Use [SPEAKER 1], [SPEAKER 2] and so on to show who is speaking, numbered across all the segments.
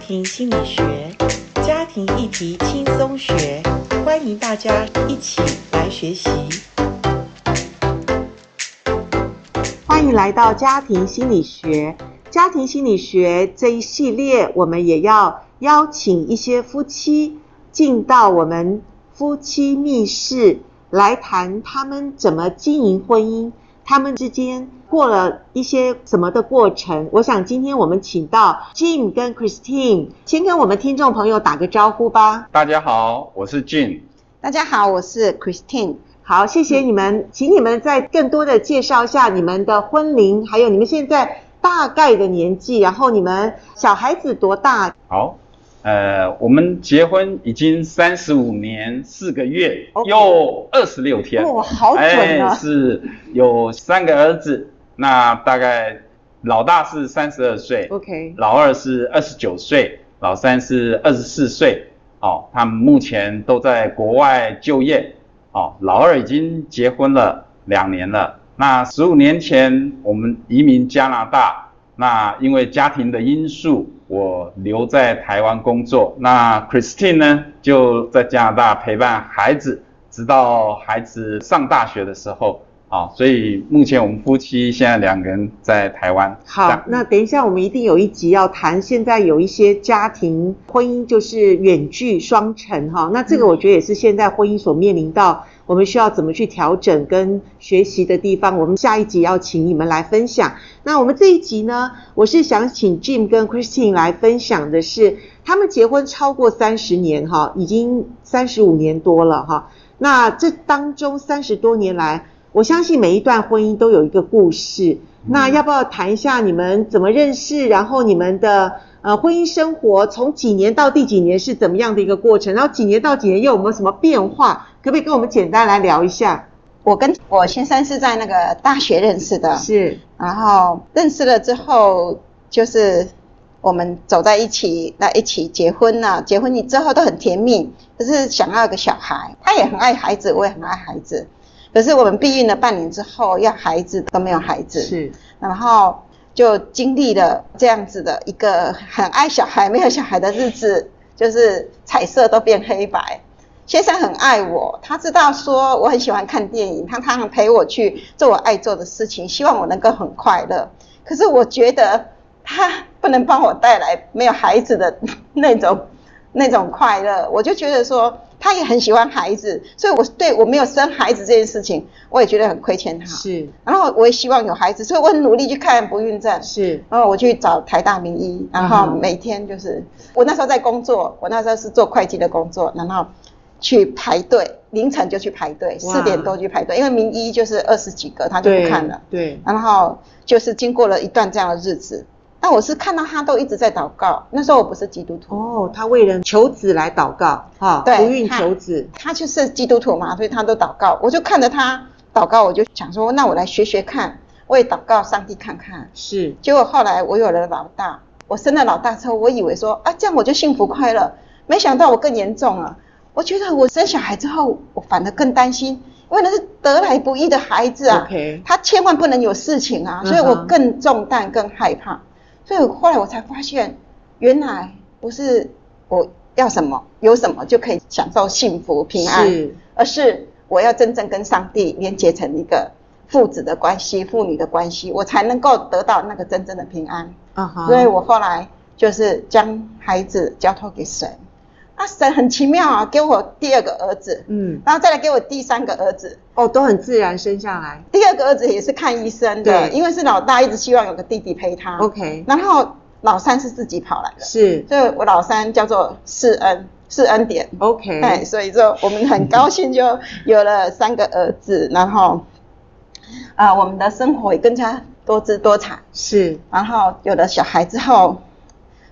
[SPEAKER 1] 庭心理学，家庭议题轻松学，欢迎大家一起来学习。欢迎来到家庭心理学。家庭心理学这一系列，我们也要邀请一些夫妻进到我们夫妻密室来谈他们怎么经营婚姻，他们之间过了一些什么的过程。我想今天我们请到 Jim 跟 Christine，先跟我们听众朋友打个招呼吧。
[SPEAKER 2] 大家好，我是 Jim。
[SPEAKER 3] 大家好，我是 Christine。
[SPEAKER 1] 好，谢谢你们，请你们再更多的介绍一下你们的婚龄，还有你们现在大概的年纪，然后你们小孩子多大？
[SPEAKER 2] 好，呃，我们结婚已经三十五年四个月
[SPEAKER 1] OK
[SPEAKER 2] 又二十六天，哎
[SPEAKER 3] 哦，好准啊！
[SPEAKER 2] 是有三个儿子，那大概老大是三十二岁
[SPEAKER 1] OK，
[SPEAKER 2] 老二是二十九岁，老三是二十四岁。哦，他们目前都在国外就业。哦，老二已经结婚了两年了。那十五年前我们移民加拿大，那因为家庭的因素，我留在台湾工作。那 Christine 呢，就在加拿大陪伴孩子，直到孩子上大学的时候。啊、所以目前我们夫妻现在两个人在台湾。这样
[SPEAKER 1] 好，那等一下我们一定有一集要谈，现在有一些家庭婚姻就是远距双城哈，那这个我觉得也是现在婚姻所面临到我们需要怎么去调整跟学习的地方，我们下一集要请你们来分享。那我们这一集呢，我是想请 Jim 跟 Christine 来分享的是，他们结婚超过三十年哈，已经三十五年多了哈。那这当中三十多年来，我相信每一段婚姻都有一个故事。那
[SPEAKER 3] 嗯
[SPEAKER 1] 要不要谈一下你们怎么认识，然后你们的呃婚姻生活从几年到第几年是怎么样的一个过程？然后几年到几年又有没有什么变化？可不可以跟我们简单来聊一下？
[SPEAKER 3] 我跟我先生是在那个大学认识的，
[SPEAKER 1] 是
[SPEAKER 3] 然后认识了之后，就是我们走在一起，那一起结婚了、结婚之后都很甜蜜，可是想要有个小孩，他也很爱孩子，我也很爱孩子。可是我们避孕了半年之后，要孩子都没有孩子，
[SPEAKER 1] 是
[SPEAKER 3] 然后就经历了这样子的一个很爱小孩没有小孩的日子， 就是彩色都变黑白。先生很爱我，他知道说我很喜欢看电影，他常常陪我去做我爱做的事情，希望我能够很快乐。可是我觉得他不能帮我带来没有孩子的那种 那种快乐，我就觉得说他也很喜欢孩子，所以我对我没有生孩子这件事情，我也觉得很亏欠他。
[SPEAKER 1] 是
[SPEAKER 3] 然后我也希望有孩子，所以我很努力去看不孕症。
[SPEAKER 1] 是
[SPEAKER 3] 然后我去找台大名医，然后
[SPEAKER 1] 嗯
[SPEAKER 3] 每天就是我那时候在工作，我那时候是做会计的工作，然后去排队，凌晨就去排队，
[SPEAKER 1] 哇
[SPEAKER 3] 四点多去排队，因为名医就是二十几个，他就不
[SPEAKER 1] 对
[SPEAKER 3] 看了。
[SPEAKER 1] 对
[SPEAKER 3] 然后就是经过了一段这样的日子，那我是看到他都一直在祷告，那时候我不是基督徒，
[SPEAKER 1] 哦，他为了求子来祷告哈，
[SPEAKER 3] 对
[SPEAKER 1] 不孕
[SPEAKER 3] 他
[SPEAKER 1] 求子
[SPEAKER 3] 他就是基督徒嘛，所以他都祷告，我就看着他祷告，我就想说，那我来学学看，我也祷告上帝看看。
[SPEAKER 1] 是
[SPEAKER 3] 结果后来我有了老大，我生了老大之后，我以为说啊这样我就幸福快乐，没想到我更严重了。我觉得我生小孩之后，我反而更担心，因为那是得来不易的孩子啊
[SPEAKER 1] OK
[SPEAKER 3] 他千万不能有事情啊，
[SPEAKER 1] 嗯哼
[SPEAKER 3] 所以我更重担、更害怕。所以后来我才发现，原来不是我要什么、有什么就可以享受幸福、平安，
[SPEAKER 1] 是
[SPEAKER 3] 而是我要真正跟上帝连接成一个父子的关系、父女的关系，我才能够得到那个真正的平安。
[SPEAKER 1] 啊哈，
[SPEAKER 3] 所以我后来就是将孩子交托给神，啊，神很奇妙啊，给我第二个儿子，
[SPEAKER 1] 嗯
[SPEAKER 3] 然后再来给我第三个儿子。
[SPEAKER 1] 哦都很自然生下来
[SPEAKER 3] 第二个儿子也是看医生
[SPEAKER 1] 对
[SPEAKER 3] 的，因为是老大一直希望有个弟弟陪他。
[SPEAKER 1] ，OK
[SPEAKER 3] 然后老三是自己跑来的，
[SPEAKER 1] 是
[SPEAKER 3] 所以我老三叫做世恩，世恩典。哎，
[SPEAKER 1] OK
[SPEAKER 3] 所以说我们很高兴就有了三个儿子，然后啊、我们的生活也更加多姿多彩。
[SPEAKER 1] 是
[SPEAKER 3] 然后有了小孩之后，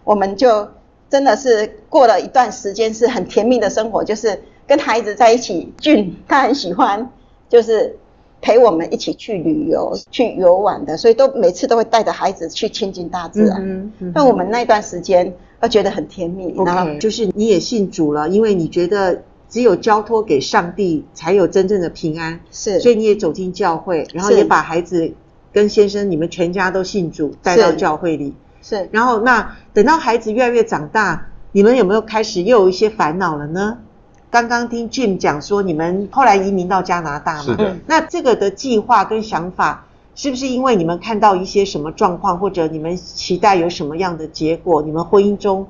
[SPEAKER 3] 我们就真的是过了一段时间是很甜蜜的生活，就是跟孩子在一起，俊他很喜欢，就是陪我们一起去旅游、去游玩的，所以都每次都会带着孩子去亲近大自然。
[SPEAKER 1] 嗯哼嗯
[SPEAKER 3] 那、
[SPEAKER 1] 哼
[SPEAKER 3] 我们那一段时间，都觉得很甜蜜。然后
[SPEAKER 1] OK，就是你也信主了，因为你觉得只有交托给上帝才有真正的平安，
[SPEAKER 3] 是
[SPEAKER 1] 所以你也走进教会，然后
[SPEAKER 3] 是
[SPEAKER 1] 也把孩子跟先生你们全家都信主带到教会里。
[SPEAKER 3] 是
[SPEAKER 1] 然后那等到孩子越来越长大，你们有没有开始又有一些烦恼了呢？刚刚听 Jim 讲说，你们后来移民到加拿大
[SPEAKER 4] 是
[SPEAKER 1] 嘛？
[SPEAKER 4] 的，
[SPEAKER 1] 那这个的计划跟想法，是不是因为你们看到一些什么状况，或者你们期待有什么样的结果？你们婚姻中，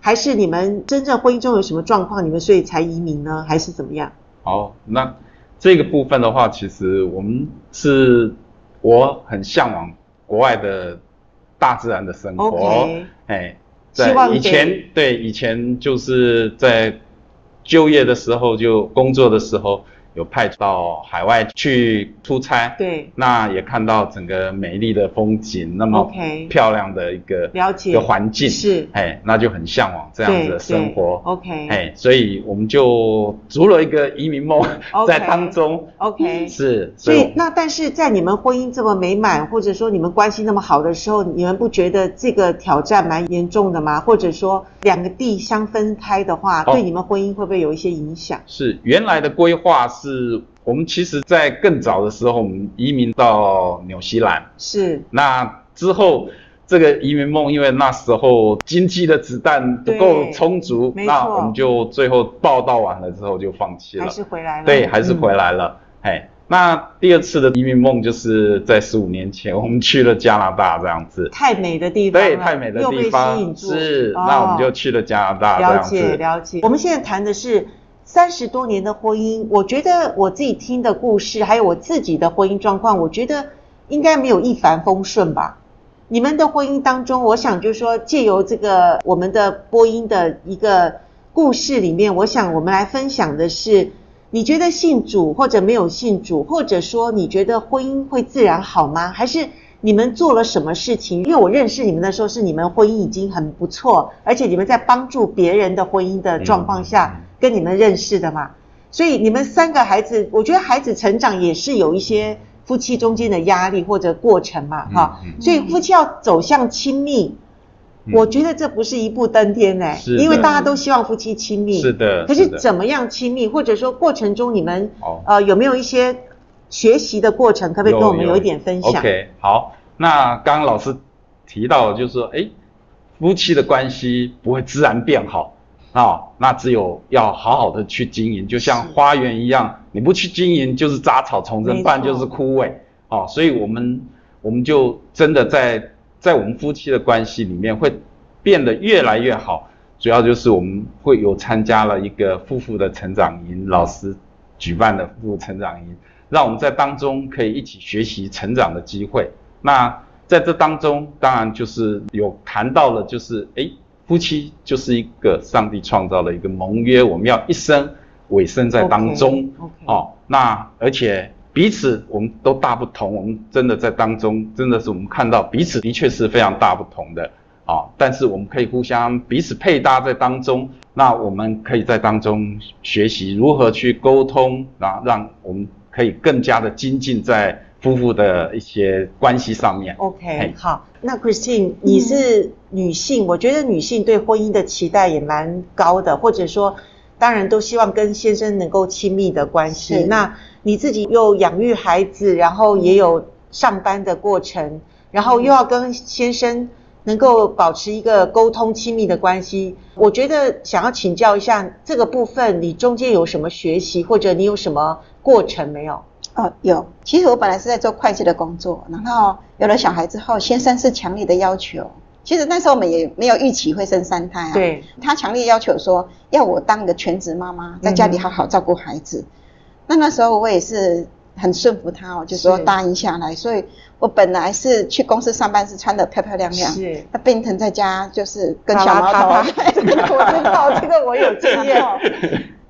[SPEAKER 1] 还是你们真正婚姻中有什么状况，你们所以才移民呢？还是怎么样？
[SPEAKER 4] 好，
[SPEAKER 2] 那这个部分的话，其实我们是我很向往国外的大自然的生活。
[SPEAKER 1] OK
[SPEAKER 2] 哎，
[SPEAKER 1] 希
[SPEAKER 2] 在
[SPEAKER 1] 望
[SPEAKER 2] 以前
[SPEAKER 1] 给
[SPEAKER 2] 对以前就是在就业的时候就工作的时候有派到海外去出差。。
[SPEAKER 1] 对，
[SPEAKER 2] 那也看到整个美丽的风景，那么
[SPEAKER 1] OK
[SPEAKER 2] 漂亮的一个
[SPEAKER 1] 了解
[SPEAKER 2] 一个环境
[SPEAKER 1] 是
[SPEAKER 2] 哎，那就很向往这样子的生活
[SPEAKER 1] 对对 OK
[SPEAKER 2] 哎，所以我们就筑了一个移民梦
[SPEAKER 1] OK
[SPEAKER 2] 在当中
[SPEAKER 1] OK
[SPEAKER 2] 是，
[SPEAKER 1] 所
[SPEAKER 2] 嗯我
[SPEAKER 1] 以
[SPEAKER 2] 们
[SPEAKER 1] 那但是在你们婚姻这么美满，或者说你们关系那么好的时候，你们不觉得这个挑战蛮严重的吗？或者说两个地相分开的话，
[SPEAKER 2] 哦
[SPEAKER 1] 对你们婚姻会不会有一些影响？
[SPEAKER 2] 是原来的规划是我们其实在更早的时候，我们移民到纽西兰，
[SPEAKER 1] 是
[SPEAKER 2] 那之后。这个移民梦，因为那时候经济的子弹不够
[SPEAKER 1] 对
[SPEAKER 2] 充足，
[SPEAKER 1] 没错
[SPEAKER 2] 那我们就最后报道完了之后就放弃了，
[SPEAKER 1] 还是回来了？
[SPEAKER 2] 对，还是
[SPEAKER 1] 嗯
[SPEAKER 2] 回来了。哎，那第二次的移民梦就是在十五年前，我们去了加拿大这样子。
[SPEAKER 1] 嗯太美的地方了，
[SPEAKER 2] 对，太美的
[SPEAKER 1] 又被
[SPEAKER 2] 地
[SPEAKER 1] 吸引
[SPEAKER 2] 方
[SPEAKER 1] 住，
[SPEAKER 2] 是，
[SPEAKER 1] 哦
[SPEAKER 2] 那我们就去了加拿大这
[SPEAKER 1] 了
[SPEAKER 2] 样
[SPEAKER 1] 解
[SPEAKER 2] 子。
[SPEAKER 1] 了解。我们现在谈的是三十多年的婚姻，我觉得我自己听的故事，还有我自己的婚姻状况，我觉得应该没有一帆风顺吧。你们的婚姻当中，我想就是说，借由这个我们的播音的一个故事里面，我想我们来分享的是，你觉得信主或者没有信主，或者说你觉得婚姻会自然好吗？还是你们做了什么事情？因为我认识你们的时候，是你们婚姻已经很不错，而且你们在帮助别人的婚姻的状况下，
[SPEAKER 2] 嗯
[SPEAKER 1] 跟你们认识的嘛。所以你们三个孩子，我觉得孩子成长也是有一些夫妻中间的压力或者过程嘛，哈、
[SPEAKER 2] 嗯嗯
[SPEAKER 1] 所以夫妻要走向亲密，
[SPEAKER 2] 嗯
[SPEAKER 1] 我觉得这不是一步登天哎、
[SPEAKER 2] 是的
[SPEAKER 1] 因为大家都希望夫妻亲密。
[SPEAKER 2] 是的
[SPEAKER 1] 可
[SPEAKER 2] 是
[SPEAKER 1] 是
[SPEAKER 2] 的
[SPEAKER 1] 怎么样亲密，或者说过程中你们、
[SPEAKER 2] 哦
[SPEAKER 1] 呃有没有一些学习的过程？可不可以跟我们有一点分享
[SPEAKER 2] OK，好，那刚刚老师提到，就是说，哎，夫妻的关系不会自然变好啊、那只有要好好的去经营，就像
[SPEAKER 1] 是
[SPEAKER 2] 花园一样，你不去经营就是杂草丛
[SPEAKER 1] 没
[SPEAKER 2] 生，不然
[SPEAKER 1] 错
[SPEAKER 2] 就是枯萎哦。所以我们我们就真的在在我们夫妻的关系里面会变得越来越好。主要就是我们会有参加了一个夫妇的成长营，老师举办的夫妇成长营，让我们在当中可以一起学习成长的机会。那在这当中，当然就是有谈到了，就是诶，夫妻就是一个上帝创造了一个盟约，我们要一生委身在当中
[SPEAKER 1] OK，OK
[SPEAKER 2] 哦。那而且彼此我们都大不同，我们真的在当中，真的是我们看到彼此的确是非常大不同的。啊，但是我们可以互相彼此配搭在当中，那我们可以在当中学习如何去沟通，然后让我们可以更加的精进在夫妇的一些关系上面。
[SPEAKER 1] ？OK，
[SPEAKER 2] 嘿
[SPEAKER 1] 好。那 Christine，你是女性，我觉得女性对婚姻的期待也蛮高的，或者说，当然都希望跟先生能够亲密的关系。
[SPEAKER 3] 是
[SPEAKER 1] 那你自己又养育孩子，然后也有上班的过程，然后又要跟先生能够保持一个沟通亲密的关系。我觉得想要请教一下这个部分，你中间有什么学习，或者你有什么过程没有？
[SPEAKER 3] 哦，有。其实我本来是在做会计的工作，然后有了小孩之后，先生是强烈的要求。其实那时候我们也没有预期会生三胎啊。。
[SPEAKER 1] 对，
[SPEAKER 3] 他强烈要求说，要我当个全职妈妈，在家里
[SPEAKER 1] 嗯哼
[SPEAKER 3] 好好照顾孩子。那那时候我也是很顺服他哦，就说
[SPEAKER 1] 是
[SPEAKER 3] 答应下来。所以我本来是去公司上班是穿的漂漂亮亮，
[SPEAKER 1] 是。
[SPEAKER 3] 那变成在家就是跟
[SPEAKER 1] 啪
[SPEAKER 3] 小毛
[SPEAKER 1] 啪
[SPEAKER 3] 头
[SPEAKER 1] 啪
[SPEAKER 3] 啊，
[SPEAKER 1] 啪这个我知道，这个我有经 验。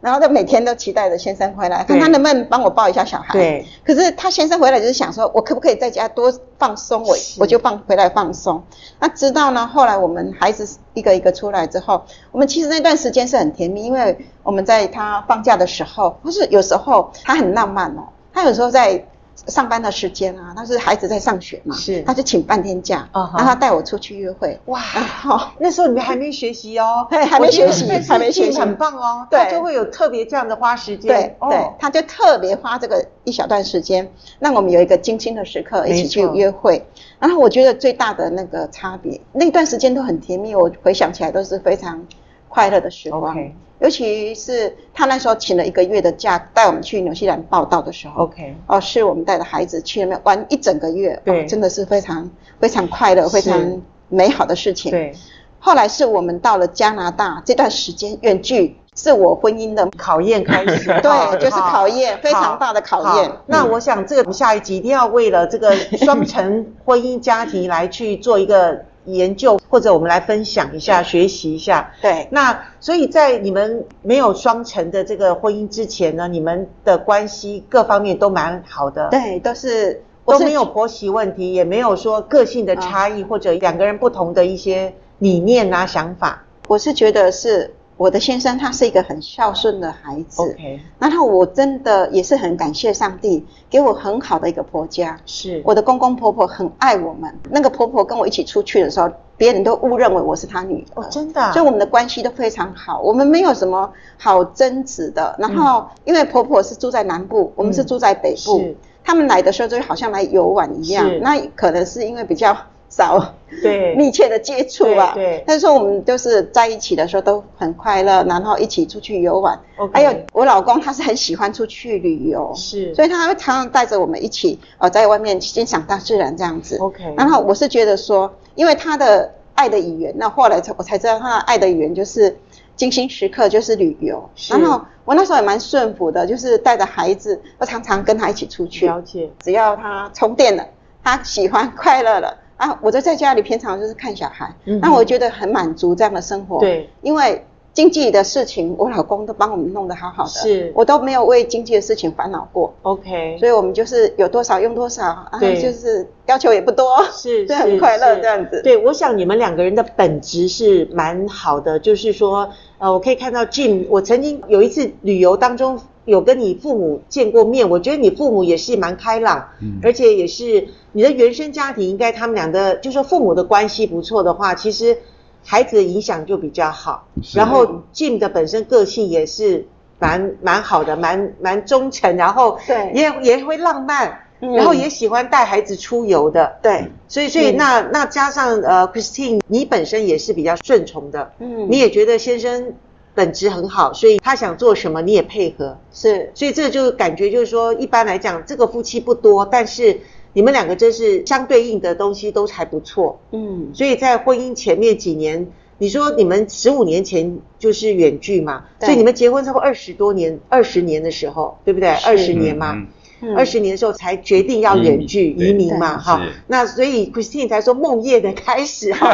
[SPEAKER 3] 然后就每天都期待着先生回来，
[SPEAKER 1] 对
[SPEAKER 3] 看他能不能帮我抱一下小孩。
[SPEAKER 1] 对，
[SPEAKER 3] 可是他先生回来就是想说，我可不可以在家多放松？我
[SPEAKER 1] 是
[SPEAKER 3] 我就放回来放松。那直到呢，后来我们孩子一个一个出来之后，我们其实那段时间是很甜蜜，因为我们在他放假的时候，或是有时候他很浪漫哦，他有时候在上班的时间啊，那是孩子在上学嘛，
[SPEAKER 1] 是
[SPEAKER 3] 他就请半天假，
[SPEAKER 1] 嗯哼
[SPEAKER 3] 让他带我出去约会，
[SPEAKER 1] 哇，
[SPEAKER 3] 然后
[SPEAKER 1] 那时候你们还没学习哦，
[SPEAKER 3] 对还没
[SPEAKER 1] 我觉得
[SPEAKER 3] 学习
[SPEAKER 1] 这件事
[SPEAKER 3] 还没学
[SPEAKER 1] 情
[SPEAKER 3] 习
[SPEAKER 1] 很棒哦，
[SPEAKER 3] 对
[SPEAKER 1] 他就会有特别这样的花时间
[SPEAKER 3] 对，对
[SPEAKER 1] 哦，
[SPEAKER 3] 他就特别花这个一小段时间，让我们有一个精心的时刻一起去
[SPEAKER 1] 没错
[SPEAKER 3] 约会。然后我觉得最大的那个差别，那段时间都很甜蜜，我回想起来都是非常快乐的时光。
[SPEAKER 1] ，OK
[SPEAKER 3] 尤其是他那时候请了一个月的假，带我们去纽西兰报道的时候。
[SPEAKER 1] OK，
[SPEAKER 3] 哦，是我们带着孩子去那边玩一整个月，
[SPEAKER 1] 对
[SPEAKER 3] 哦，真的是非常非常快乐、
[SPEAKER 1] 是
[SPEAKER 3] 非常美好的事情。，
[SPEAKER 1] 对，
[SPEAKER 3] 后来是我们到了加拿大这段时间远距，是我婚姻的
[SPEAKER 1] 考验开始，
[SPEAKER 3] 对，就是
[SPEAKER 1] 好
[SPEAKER 3] 考验，非常大的考验嗯
[SPEAKER 1] 好。那我想这个我们下一集一定要为了这个双层婚姻家庭来去做一个研究，或者我们来分享一下、学习一下。
[SPEAKER 3] 对，
[SPEAKER 1] 那所以在你们没有双层的这个婚姻之前呢，你们的关系各方面都蛮好的，
[SPEAKER 3] 对，都是我
[SPEAKER 1] 都
[SPEAKER 3] 是
[SPEAKER 1] 没有婆媳问题，也没有说个性的差异、或者两个人不同的一些理念啊、想法。
[SPEAKER 3] 我是觉得是我的先生，他是一个很孝顺的孩子。
[SPEAKER 1] OK，
[SPEAKER 3] 然后我真的也是很感谢上帝给我很好的一个婆家，
[SPEAKER 1] 是
[SPEAKER 3] 我的公公婆婆很爱我们。那个婆婆跟我一起出去的时候，别人都误认为我是她女儿。
[SPEAKER 1] 哦，真的啊、
[SPEAKER 3] 所以我们的关系都非常好，我们没有什么好争执的。然后，因为婆婆是住在南部，我们是住在北部，
[SPEAKER 1] 嗯是
[SPEAKER 3] 他们来的时候就好像来游玩一
[SPEAKER 1] 是
[SPEAKER 3] 样，那可能是因为比较少
[SPEAKER 1] 对
[SPEAKER 3] 密切的接触啊。
[SPEAKER 1] 对对
[SPEAKER 3] 但是我们就是在一起的时候都很快乐，然后一起出去游玩。
[SPEAKER 1] OK
[SPEAKER 3] 还有我老公他是很喜欢出去旅游，
[SPEAKER 1] 嗯是
[SPEAKER 3] 所以他会常常带着我们一起呃在外面欣赏大自然这样子。
[SPEAKER 1] OK
[SPEAKER 3] 然后我是觉得说，因为他的爱的语言，那后来才我才知道他的爱的语言就是精心时刻就是旅游。
[SPEAKER 1] 是
[SPEAKER 3] 然后我那时候也蛮顺服的，就是带着孩子，我常常跟他一起出去。
[SPEAKER 1] 了解。
[SPEAKER 3] 只要他充电了，他喜欢快乐了 啊，我就在家里平常就是看小孩，
[SPEAKER 1] 嗯哼
[SPEAKER 3] 那我觉得很满足这样的生活。
[SPEAKER 1] 对，
[SPEAKER 3] 因为经济的事情，我老公都帮我们弄得好好的，
[SPEAKER 1] 是
[SPEAKER 3] 我都没有为经济的事情烦恼过，
[SPEAKER 1] OK，
[SPEAKER 3] 所以我们就是有多少用多少，啊，
[SPEAKER 1] 对
[SPEAKER 3] 就是要求也不多，
[SPEAKER 1] 是
[SPEAKER 3] 就是很快乐
[SPEAKER 1] 是
[SPEAKER 3] 这样子。
[SPEAKER 1] 对，我想你们两个人的本质是蛮好的，就是说，呃，我可以看到 Jim，我曾经有一次旅游当中有跟你父母见过面，我觉得你父母也是蛮开朗，
[SPEAKER 2] 嗯
[SPEAKER 1] 而且也是你的原生家庭，应该他们俩的，就说父母的关系不错的话，其实孩子的影响就比较好。
[SPEAKER 2] 是
[SPEAKER 1] 然后 Jim 的本身个性也是蛮蛮好的，蛮蛮忠诚，然后
[SPEAKER 3] 对
[SPEAKER 1] 也也会浪漫，
[SPEAKER 3] 嗯
[SPEAKER 1] 然后也喜欢带孩子出游的。
[SPEAKER 3] 对，
[SPEAKER 1] 所以，所以
[SPEAKER 3] 嗯
[SPEAKER 1] 那那加上呃，Christine，你本身也是比较顺从的，
[SPEAKER 3] 嗯，
[SPEAKER 1] 你也觉得先生本质很好，所以他想做什么你也配合，
[SPEAKER 3] 是
[SPEAKER 1] 所以这就感觉就是说，一般来讲这个夫妻不多，但是你们两个真是相对应的东西都还不错，
[SPEAKER 3] 嗯，
[SPEAKER 1] 所以在婚姻前面几年，你说你们十五年前就是远距嘛，
[SPEAKER 3] 对
[SPEAKER 1] 所以你们结婚超过二十多年，二十年的时候，对不对？
[SPEAKER 3] 是
[SPEAKER 1] 二十年嘛。
[SPEAKER 2] 嗯
[SPEAKER 3] 嗯
[SPEAKER 1] 二十年的时候才决定要远距
[SPEAKER 2] 移民
[SPEAKER 1] 移民嘛，
[SPEAKER 2] 对
[SPEAKER 1] 哈
[SPEAKER 2] 是。
[SPEAKER 1] 那所以 Christine 才说梦夜的开始 哈。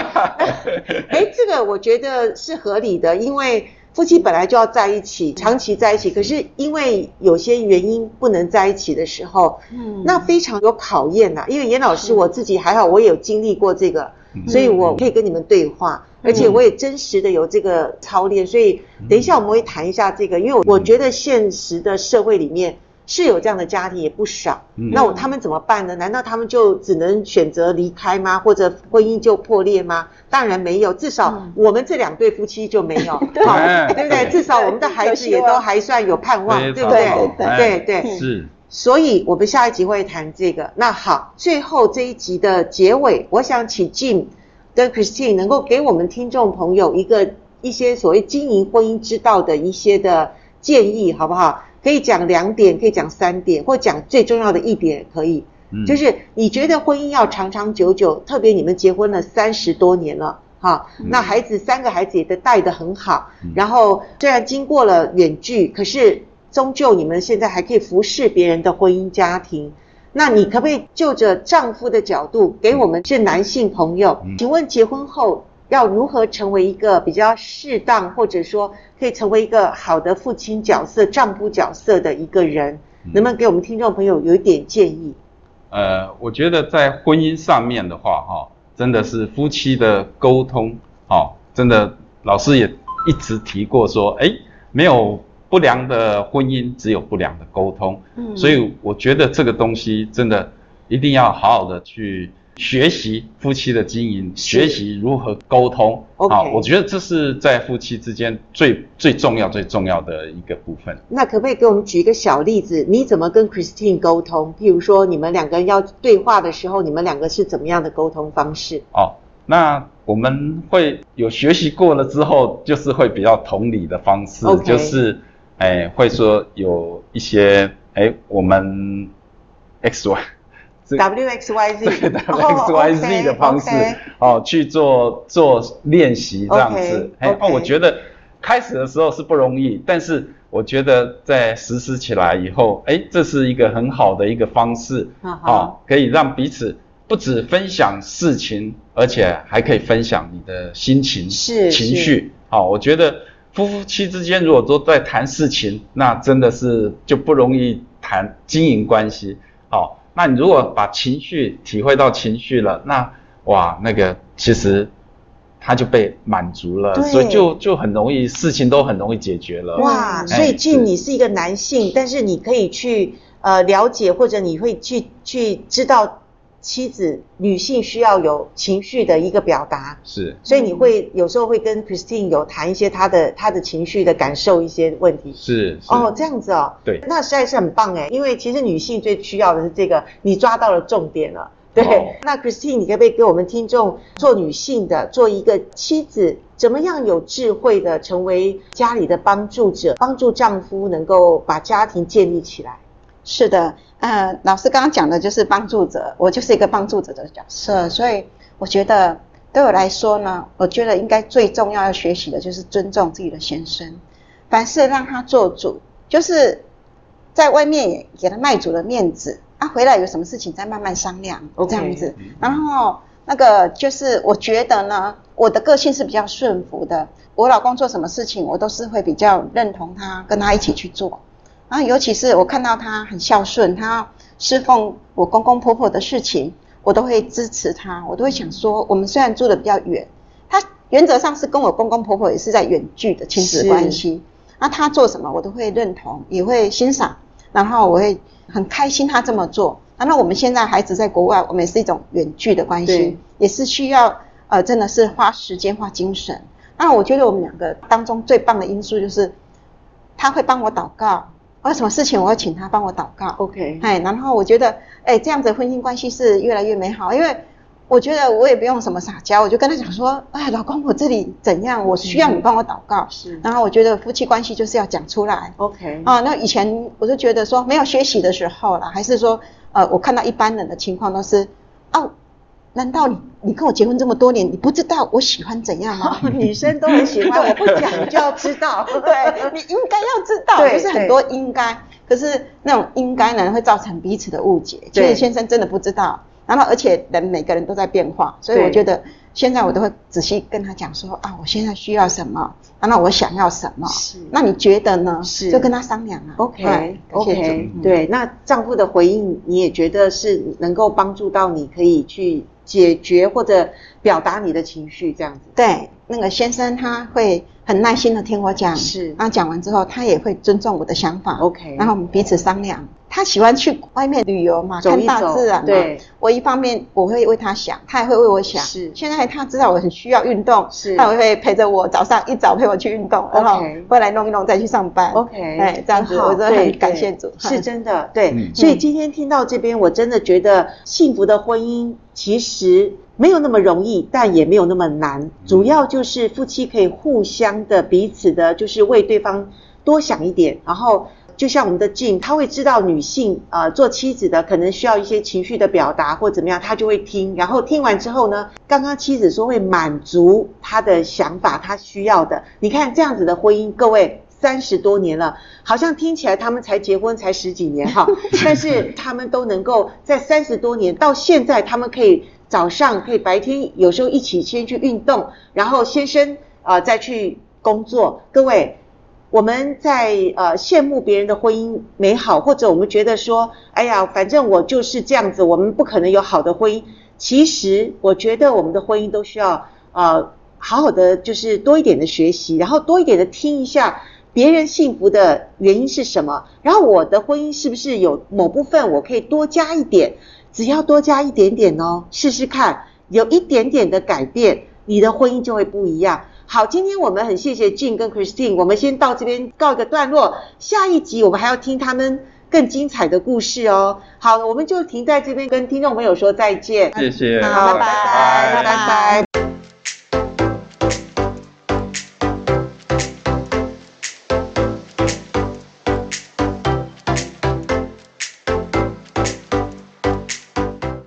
[SPEAKER 1] 哎，这个我觉得是合理的，因为夫妻本来就要在一
[SPEAKER 2] 嗯
[SPEAKER 1] 起，长期在一起，可是因为有些原因不能在一起的时候，
[SPEAKER 3] 嗯
[SPEAKER 1] 那非常有考验呐、因为严老师我自己还好，我也有经历过这个，
[SPEAKER 2] 嗯
[SPEAKER 1] 所以我可以跟你们对话，而且我也真实的有这个操练，
[SPEAKER 2] 嗯
[SPEAKER 1] 所以等一下我们会谈一下这个，因为我我觉得现实的社会里面是有这样的家庭也不少，
[SPEAKER 2] 嗯
[SPEAKER 1] 那我他们怎么办呢？难道他们就只能选择离开吗？或者婚姻就破裂吗？当然没有，至少
[SPEAKER 3] 嗯
[SPEAKER 1] 我们这两对夫妻就没有， 好
[SPEAKER 2] 哎
[SPEAKER 1] 对不对？
[SPEAKER 2] 对
[SPEAKER 1] 至少我们的孩子也都还算有盼望，
[SPEAKER 2] 非
[SPEAKER 1] 对不
[SPEAKER 2] 常
[SPEAKER 1] 对
[SPEAKER 2] 好？
[SPEAKER 1] 对
[SPEAKER 2] 哎
[SPEAKER 1] 对。
[SPEAKER 2] 是
[SPEAKER 1] 所以我们下一集会谈这个。那好，最后这一集的结尾，我想请 Jim 跟 Christine 能够给我们听众朋友一个一些所谓经营婚姻之道的一些的建议，好不好？可以讲两点，可以讲三点，或讲最重要的一点也可以。
[SPEAKER 2] 嗯
[SPEAKER 1] 就是你觉得婚姻要长长久久，特别你们结婚了三十多年了。哈，
[SPEAKER 2] 嗯
[SPEAKER 1] 那孩子三个孩子也都带得很好，
[SPEAKER 2] 嗯
[SPEAKER 1] 然后虽然经过了远距，可是终究你们现在还可以服侍别人的婚姻家庭。那你可不可以就着丈夫的角度给我们这男性朋友，
[SPEAKER 2] 嗯
[SPEAKER 1] 请问结婚后要如何成为一个比较适当，或者说可以成为一个好的父亲角色、丈夫角色的一个人？
[SPEAKER 2] 嗯
[SPEAKER 1] 能不能给我们听众朋友有一点建议？
[SPEAKER 2] 呃，我觉得在婚姻上面的话，哈、真的是夫妻的沟通，哦，真的老师也一直提过说，哎，没有不良的婚姻只有不良的沟通，
[SPEAKER 3] 嗯
[SPEAKER 2] 所以我觉得这个东西真的一定要好好的去学习夫妻的经营，学习如何沟通。
[SPEAKER 1] OK
[SPEAKER 2] 好，我觉得这是在夫妻之间最最重要最重要的一个部分。
[SPEAKER 1] 那可不可以给我们举一个小例子？你怎么跟 Christine 沟通？譬如说，你们两个人要对话的时候，你们两个是怎么样的沟通方式？
[SPEAKER 2] 哦，那我们会有学习过了之后，就是会比较同理的方式
[SPEAKER 1] OK
[SPEAKER 2] 就是哎，会说有一些哎，我们 X Y
[SPEAKER 1] 哦
[SPEAKER 2] 这
[SPEAKER 1] W X Y Z
[SPEAKER 2] 对的 X Y Z 的方式哦去做做练习这样子
[SPEAKER 1] OK，。
[SPEAKER 2] 哎，哦，
[SPEAKER 1] OK
[SPEAKER 2] 我觉得开始的时候是不容易，但是我觉得在实施起来以后，哎，这是一个很好的一个方式。
[SPEAKER 1] 啊
[SPEAKER 2] 啊
[SPEAKER 1] 哈，，
[SPEAKER 2] 可以让彼此不止分享事情，而且还可以分享你的心情、
[SPEAKER 1] 是
[SPEAKER 2] 情绪。好、我觉得夫夫妻之间如果都在谈事情，那真的是就不容易谈经营关系。好、那你如果把情绪体会到情绪了，那哇，那个其实他就被满足了，
[SPEAKER 1] 对
[SPEAKER 2] 所以就就很容易事情都很容易解决了。
[SPEAKER 1] 哇，
[SPEAKER 3] 嗯
[SPEAKER 1] 所以
[SPEAKER 2] 哎
[SPEAKER 1] Jim
[SPEAKER 2] 是
[SPEAKER 1] 你是一个男性，但是你可以去呃了解，或者你会去去知道妻子女性需要有情绪的一个表达，
[SPEAKER 2] 是。
[SPEAKER 1] 所以你会有时候会跟 Christine 有谈一些她的她的情绪的感受一些问题。
[SPEAKER 2] 是是
[SPEAKER 1] 哦，这样子哦，
[SPEAKER 2] 对
[SPEAKER 1] 那实在是很棒哎，因为其实女性最需要的是这个，你抓到了重点了。对，
[SPEAKER 2] 哦
[SPEAKER 1] 那 Christine，你可不可以给我们听众做女性的，做一个妻子，怎么样有智慧的成为家里的帮助者，帮助丈夫能够把家庭建立起来？
[SPEAKER 3] 是的，呃，老师刚刚讲的就是帮助者，我就是一个帮助者的角色，所以我觉得对我来说呢，我觉得应该最重要要学习的就是尊重自己的先生，凡事让他做主，就是在外面也给他卖主的面子，啊，回来有什么事情再慢慢商量
[SPEAKER 1] OK
[SPEAKER 3] 这样子
[SPEAKER 2] 嗯。
[SPEAKER 3] 然后那个就是我觉得呢，我的个性是比较顺服的，我老公做什么事情我都是会比较认同他，跟他一起去做。然后尤其是我看到他很孝顺，他侍奉我公公婆婆的事情，我都会支持他。我都会
[SPEAKER 1] 嗯
[SPEAKER 3] 想说，我们虽然住的比较远，他原则上是跟我公公婆婆也是在远距的亲子
[SPEAKER 1] 是
[SPEAKER 3] 关系。那他做什么我都会认同，也会欣赏，然后我会很开心他这么做。啊，那我们现在孩子在国外，我们也是一种远距的关
[SPEAKER 1] 对
[SPEAKER 3] 系，也是需要呃，真的是花时间花精神。那我觉得我们两个当中最棒的因素就是，他会帮我祷告，我有什么事情我会请他帮我祷告。
[SPEAKER 1] OK，
[SPEAKER 3] 哎，然后我觉得，哎，这样子婚姻关系是越来越美好，因为我觉得我也不用什么撒娇，我就跟他讲说，哎，老公，我这里怎样，我需要你帮我祷告。
[SPEAKER 1] 是
[SPEAKER 3] 然后我觉得夫妻关系就是要讲出来。
[SPEAKER 1] OK，
[SPEAKER 2] 哦
[SPEAKER 3] 啊，那以前我就觉得说没有学习的时候啦，还是说，呃，我看到一般人的情况都是，哦，难道你你跟我结婚这么多年，你不知道我喜欢怎样吗？
[SPEAKER 1] 女生都很喜欢，我不讲你就要知 道。
[SPEAKER 3] 对你应该要知道，
[SPEAKER 1] 对
[SPEAKER 3] 就是很多应该，可是那种应该呢会造成彼此的误解。其
[SPEAKER 1] 对
[SPEAKER 3] 实先生真的不知道，然后而且人每个人都在变化，所以
[SPEAKER 1] 对
[SPEAKER 3] 我觉得现在我都会仔细跟他讲说啊，我现在需要什么，啊，那我想要什么
[SPEAKER 1] 是，
[SPEAKER 3] 那你觉得呢？
[SPEAKER 1] 是
[SPEAKER 3] 就跟他商量啊。
[SPEAKER 1] OK
[SPEAKER 3] 对感谢主
[SPEAKER 1] OK，
[SPEAKER 3] 嗯
[SPEAKER 1] 对，那丈夫的回应你也觉得是能够帮助到你，可以去解决或者表达你的情绪这样子。
[SPEAKER 3] 对，那个先生他会很耐心的听我讲，
[SPEAKER 1] 是
[SPEAKER 3] 那讲完之后，他也会尊重我的想法
[SPEAKER 1] OK
[SPEAKER 3] 然后我们彼此商量。他喜欢去外面旅游嘛，
[SPEAKER 1] 走
[SPEAKER 3] 看
[SPEAKER 1] 一
[SPEAKER 3] 大
[SPEAKER 1] 走
[SPEAKER 3] 自然嘛。啊
[SPEAKER 1] 对，
[SPEAKER 3] 我一方面我会为他想，他也会为我想。
[SPEAKER 1] 是
[SPEAKER 3] 现在他知道我很需要运动，
[SPEAKER 1] 是
[SPEAKER 3] 他也会陪着我早上一早陪我去运动，然后
[SPEAKER 1] OK
[SPEAKER 3] 回来弄一弄再去上班。
[SPEAKER 1] OK，
[SPEAKER 3] 哎，这样子
[SPEAKER 1] 很好
[SPEAKER 3] 我真的
[SPEAKER 1] 对
[SPEAKER 3] 很感谢主
[SPEAKER 1] 对。是真的，对。
[SPEAKER 2] 嗯
[SPEAKER 1] 所以今天听到这边，我真的觉得幸福的婚姻其实没有那么容易，但也没有那么难。主要就是夫妻可以互相的彼此的，就是为对方多想一点，然后。就像我们的静，他会知道女性呃做妻子的可能需要一些情绪的表达或怎么样，他就会听。然后听完之后呢，刚刚妻子说会满足他的想法，他需要的。你看这样子的婚姻，各位三十多年了，好像听起来他们才结婚才十几年哈，但是他们都能够在三十多年到现在，他们可以早上可以白天有时候一起先去运动，然后先生啊、呃再去工作。各位，我们在呃羡慕别人的婚姻美好，或者我们觉得说，哎呀，反正我就是这样子，我们不可能有好的婚姻。其实我觉得我们的婚姻都需要呃好好的，就是多一点的学习，然后多一点的听一下。别人幸福的原因是什么，然后我的婚姻是不是有某部分我可以多加一点，只要多加一点点哦，试试看，有一点点的改变，你的婚姻就会不一样。好，今天我们很谢谢 Jane 跟 Christine，我们先到这边告一个段落。下一集我们还要听他们更精彩的故事哦。好，我们就停在这边，跟听众朋友说再见。
[SPEAKER 2] 谢谢，
[SPEAKER 1] 好，拜
[SPEAKER 3] 拜
[SPEAKER 1] 拜，拜
[SPEAKER 3] 拜
[SPEAKER 1] 拜。